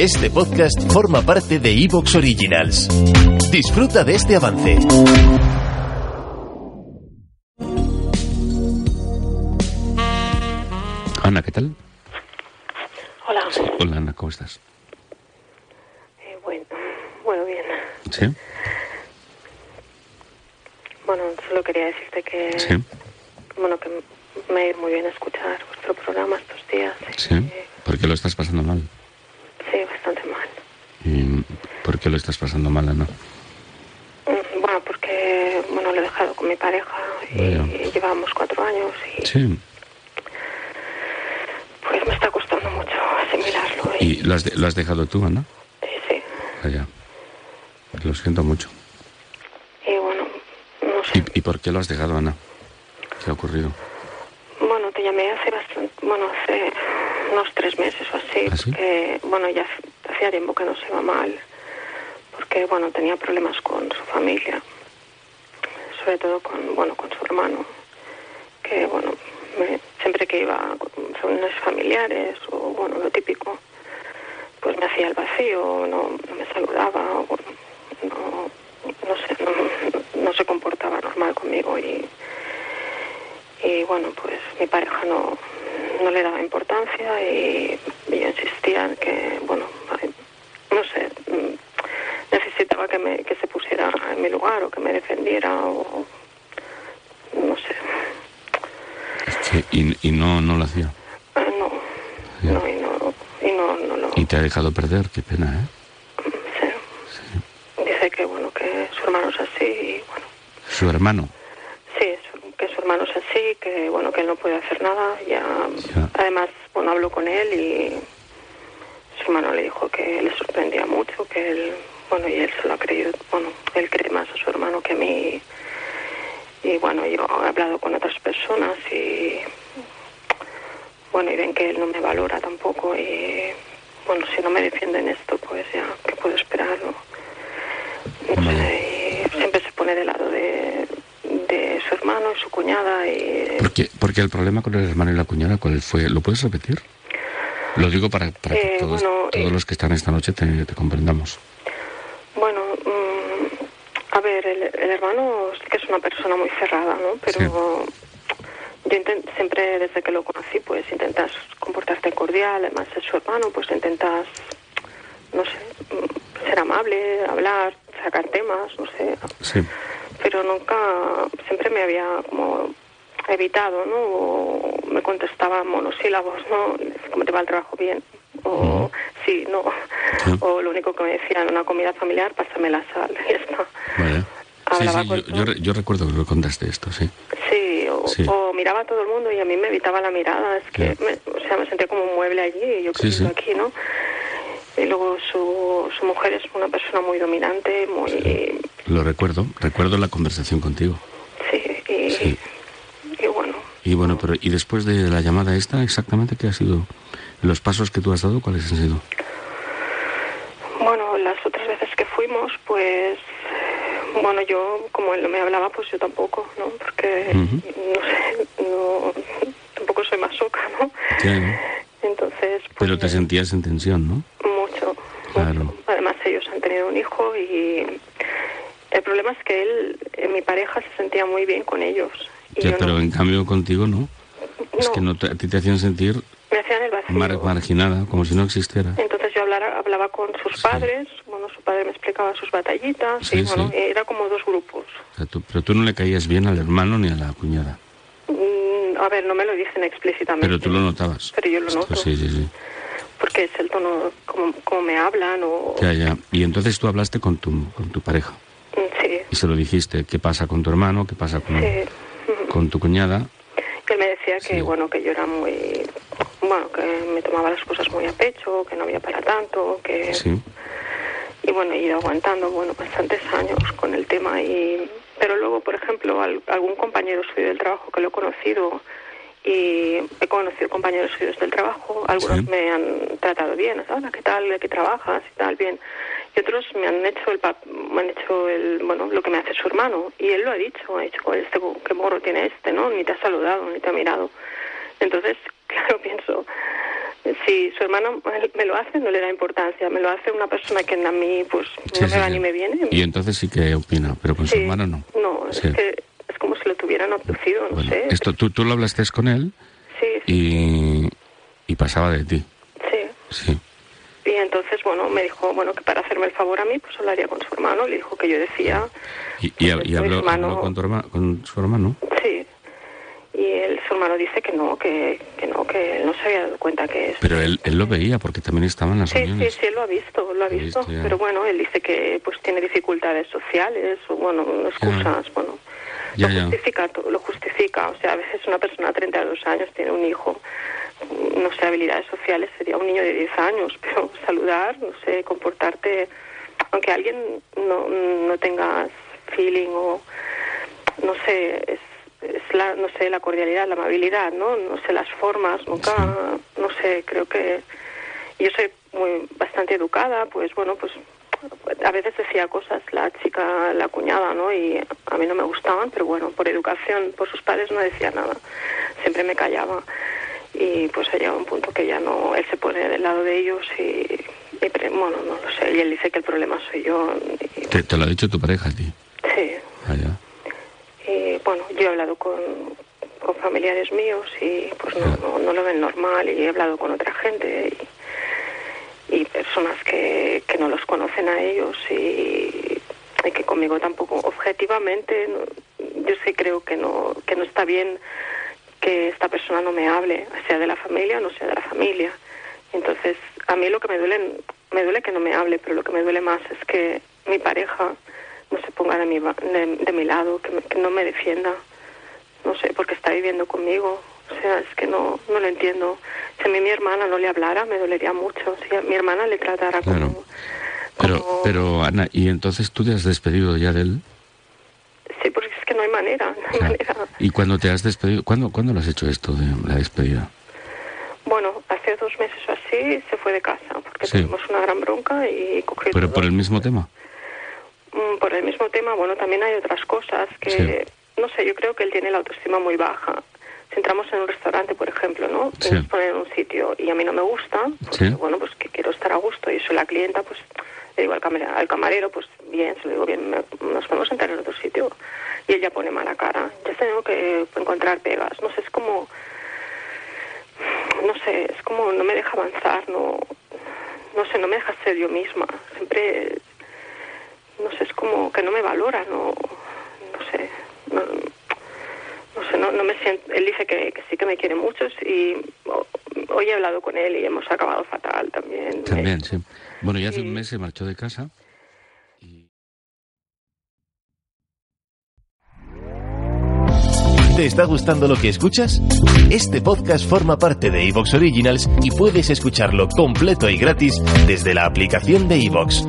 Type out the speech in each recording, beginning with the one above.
Este podcast forma parte de Evox Originals. Disfruta de este avance. Ana, ¿qué tal? Hola. Hola, Ana, ¿cómo estás? Eh, bueno, bueno, bien. Sí, Bueno, solo quería decirte que, sí, bueno, que me ha ido muy bien escuchar vuestro programa estos días. Eh, sí. ¿Por qué lo estás pasando mal? Sí, bastante mal. ¿Y ¿Por qué lo estás pasando mal, Ana? Mm, Bueno, porque, bueno, lo he dejado con mi pareja y, Vaya. y llevábamos cuatro años y Ah, Sí. pues me está costando mucho asimilarlo. Y, ¿Y lo has, de- lo has dejado tú, Ana? y sí, Vaya. Lo siento mucho. y bueno, no sé. ¿Y, y por qué lo has dejado, Ana? ¿Qué ha ocurrido? Bueno, te llamé hace bastante, bueno, hace unos tres meses o así, ¿Ah, sí? porque, bueno, ya hacía tiempo que no se iba mal, porque, bueno, tenía problemas con su familia, sobre todo con, bueno, con su hermano, que, bueno, me- siempre que iba a reuniones familiares o, bueno, lo típico, pues me hacía el vacío, no, no me saludaba, o, bueno, no, no sé, no- no se comportaba normal conmigo y y bueno, pues mi pareja no, no le daba importancia y, y yo insistía en que, bueno, ay, no sé, mm, necesitaba que, me, que se pusiera en mi lugar o que me defendiera o no sé, Sí, y, y no, no lo hacía. Ah, no, Ya. no, y no, y no, no lo Y te ha dejado perder, qué pena, ¿eh? sé. Dice que, bueno, que su hermano es así y bueno, Su hermano. Sí, su- que su hermano es así, que bueno, que él no puede hacer nada. Ya, Ya. además, bueno, habló con él y su hermano le dijo que le sorprendía mucho, que él, bueno, y él se lo ha creído, bueno, él cree más a su hermano que a mí. Y bueno, yo he hablado con otras personas y bueno, y ven que él no me valora tampoco y bueno, si no me defienden esto, pues ya, ¿qué puedo esperar? no? No sé, y siempre se pone del lado de, de su hermano y su cuñada y... ¿Por qué? Porque el problema con el hermano y la cuñada, ¿cuál fue? ¿Lo puedes repetir? Lo digo para, para que Eh, todos, bueno, todos eh. los que están esta noche te, te comprendamos. Bueno, mm, a ver, el, el hermano sí que es una persona muy cerrada, ¿no? Pero yo inten- siempre desde que lo conocí, pues intentas comportarte cordial, además es su hermano, pues intentas, no sé, mm, ser amable, hablar, sacar temas, no sé. Sí. Pero nunca, siempre me había como evitado, ¿no? O me contestaba monosílabos, ¿no? ¿Cómo te va el trabajo? Bien. O sí, no. Sí. O lo único que me decían en una comida familiar, pásame la sal. Y ya está. Vale. Sí, Hablaba sí, yo, con yo re- yo recuerdo que lo contaste esto, sí. Sí o, Sí. o miraba a todo el mundo y a mí me evitaba la mirada. Es que, Ya. me- o sea, me sentía como un mueble allí y yo que Sí, estoy sí. aquí, ¿no? Y luego su, su mujer es una persona muy dominante, muy... Sí, Lo recuerdo, recuerdo la conversación contigo. y, Sí. y bueno, Y bueno, pero y después de la llamada esta, exactamente qué ha sido los pasos que tú has dado, cuáles han sido? Bueno, las otras veces que fuimos, pues, bueno, yo, como él no me hablaba, pues yo tampoco, ¿no? Porque, no sé, no, tampoco soy masoca, ¿no? Ya, ¿no? Entonces, pues, Pero te sentías en tensión, ¿no? mucho, mucho. Claro. Además, ellos han tenido un hijo y el problema es que él, eh, mi pareja, se sentía muy bien con ellos. Y Ya, yo pero no, en cambio contigo no. Es No. que no te- a ti te hacían sentir me hacían el vacío. mar- marginada, como si no existiera. Entonces yo hablara- hablaba con sus padres, bueno, su padre me explicaba sus batallitas, Sí, y bueno, sí. era como dos grupos. O sea, tú- pero tú no le caías bien al hermano ni a la cuñada. Mm, A ver, no me lo dicen explícitamente. Pero tú lo notabas. Pero yo lo noto. Pues sí, sí, sí. Porque es el tono como, como me hablan o... Ya, ya. Y entonces tú hablaste con tu, con tu pareja Mm, Sí, Mm. Eh, y se lo dijiste, ¿qué pasa con tu hermano? ¿Qué pasa con, sí. con tu cuñada? que él me decía que Sí. bueno que yo era muy bueno que me tomaba las cosas muy a pecho que no había para tanto que Sí, y bueno he ido aguantando bueno bastantes años con el tema y pero luego por ejemplo al- algún compañero suyo del trabajo que lo he conocido y he conocido compañeros suyos del trabajo algunos Sí. me han tratado bien hola qué tal qué trabajas y tal bien y otros me han hecho el pap- me han hecho el bueno lo que me hace su hermano y él lo ha dicho ha dicho "Joder, este co- qué morro tiene este no ni te ha saludado ni te ha mirado entonces claro pienso si su hermano me lo hace no le da importancia me lo hace una persona que a mí pues sí, no sí, me va sí. ni me viene Y entonces sí que opina, pero con su Sí. hermano no. No, es Sí. que es como si lo tuvieran abducido, no Bueno, sé. esto tú, tú lo hablaste con él Sí, sí, y, y pasaba de ti. sí. Sí, Y entonces, bueno, me dijo, bueno, que para hacerme el favor a mí, pues hablaría con su hermano. Le dijo que yo decía, y, y- Pues y mi habló, hermano- habló con, tu herma- con su hermano. sí. Y él, su hermano dice que no, que, que no, que él no se había dado cuenta que es. Pero él, él lo veía porque también estaba en las Sí, sí, reuniones. sí, él lo ha visto, lo ha Lo he visto. visto ya. pero bueno, él dice que pues tiene dificultades sociales, o bueno, excusas, bueno. Ya, lo ya. justifica, to- lo justifica. O sea, a veces una persona de 32 años tiene un hijo, mm, no sé, habilidades sociales, sería un niño de 10 años, pero saludar, no sé, comportarte, aunque alguien no, no tengas feeling o, no sé, es, es la, no sé, la cordialidad, la amabilidad, ¿no? No sé, las formas, nunca, Mm, no sé, creo que yo soy muy bastante educada, pues bueno, pues a veces decía cosas la chica, la cuñada, ¿no? Y a mí no me gustaban, pero bueno, por educación, por sus padres no decía nada. Siempre me callaba. Y pues ha llegado un punto que ya no, él se pone del lado de ellos y, y pre- bueno, no lo sé. Y él dice que el problema soy yo. y- Te, te lo ha dicho tu pareja a ti. sí. Allá. Y bueno, yo he hablado con, con familiares míos y pues no, no, no lo ven normal y he hablado con otra gente y, y personas que, que no los conocen a ellos y, y que conmigo tampoco objetivamente no- yo sí creo que no, que no está bien que esta persona no me hable, sea de la familia o no sea de la familia. Entonces, a mí lo que me duele, me duele que no me hable, pero lo que me duele más es que mi pareja no se ponga de mi, ba- de, de mi lado, que, me- que no me defienda. No sé, porque está viviendo conmigo. O sea, es que no, no lo entiendo. Si a mí mi hermana no le hablara, me dolería mucho. Si a mi hermana le tratara Claro. como... Pero, como- pero, Ana, ¿y entonces tú te has despedido ya de él? Sí, porque es que no hay manera, no hay manera. ¿Y cuando te has despedido? ¿Cuándo, ¿cuándo lo has hecho esto de la despedida? Bueno, hace dos meses o así se fue de casa, porque Sí. tuvimos una gran bronca y cogió ¿Pero todo. por el mismo tema? Mm, por el mismo tema, bueno, también hay otras cosas que, Sí. no sé, yo creo que él tiene la autoestima muy baja. Si entramos en un restaurante, por ejemplo, ¿no? Y Sí. nos ponen en un sitio y a mí no me gusta, pues, Sí. bueno, pues que quiero estar a gusto y soy la clienta, pues le digo al, camare- al camarero, pues bien, se lo digo bien, me- nos podemos entrar en otro sitio. Y él ya pone mala cara. Ya tengo que encontrar pegas. No sé, es como, no sé, es como no me deja avanzar, no, no sé, no me deja ser yo misma. Siempre no sé, es como que no me valora, no, no sé, no, no sé, no, no me siento, él dice que, que sí que me quiere mucho y o- hoy he hablado con él y hemos acabado fatal también. También, sí. Bueno, ya hace Sí. un mes se marchó de casa. y- ¿Te está gustando lo que escuchas? Este podcast forma parte de Evox Originals y puedes escucharlo completo y gratis desde la aplicación de Evox.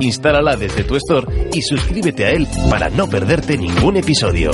Instálala desde tu store y suscríbete a él para no perderte ningún episodio.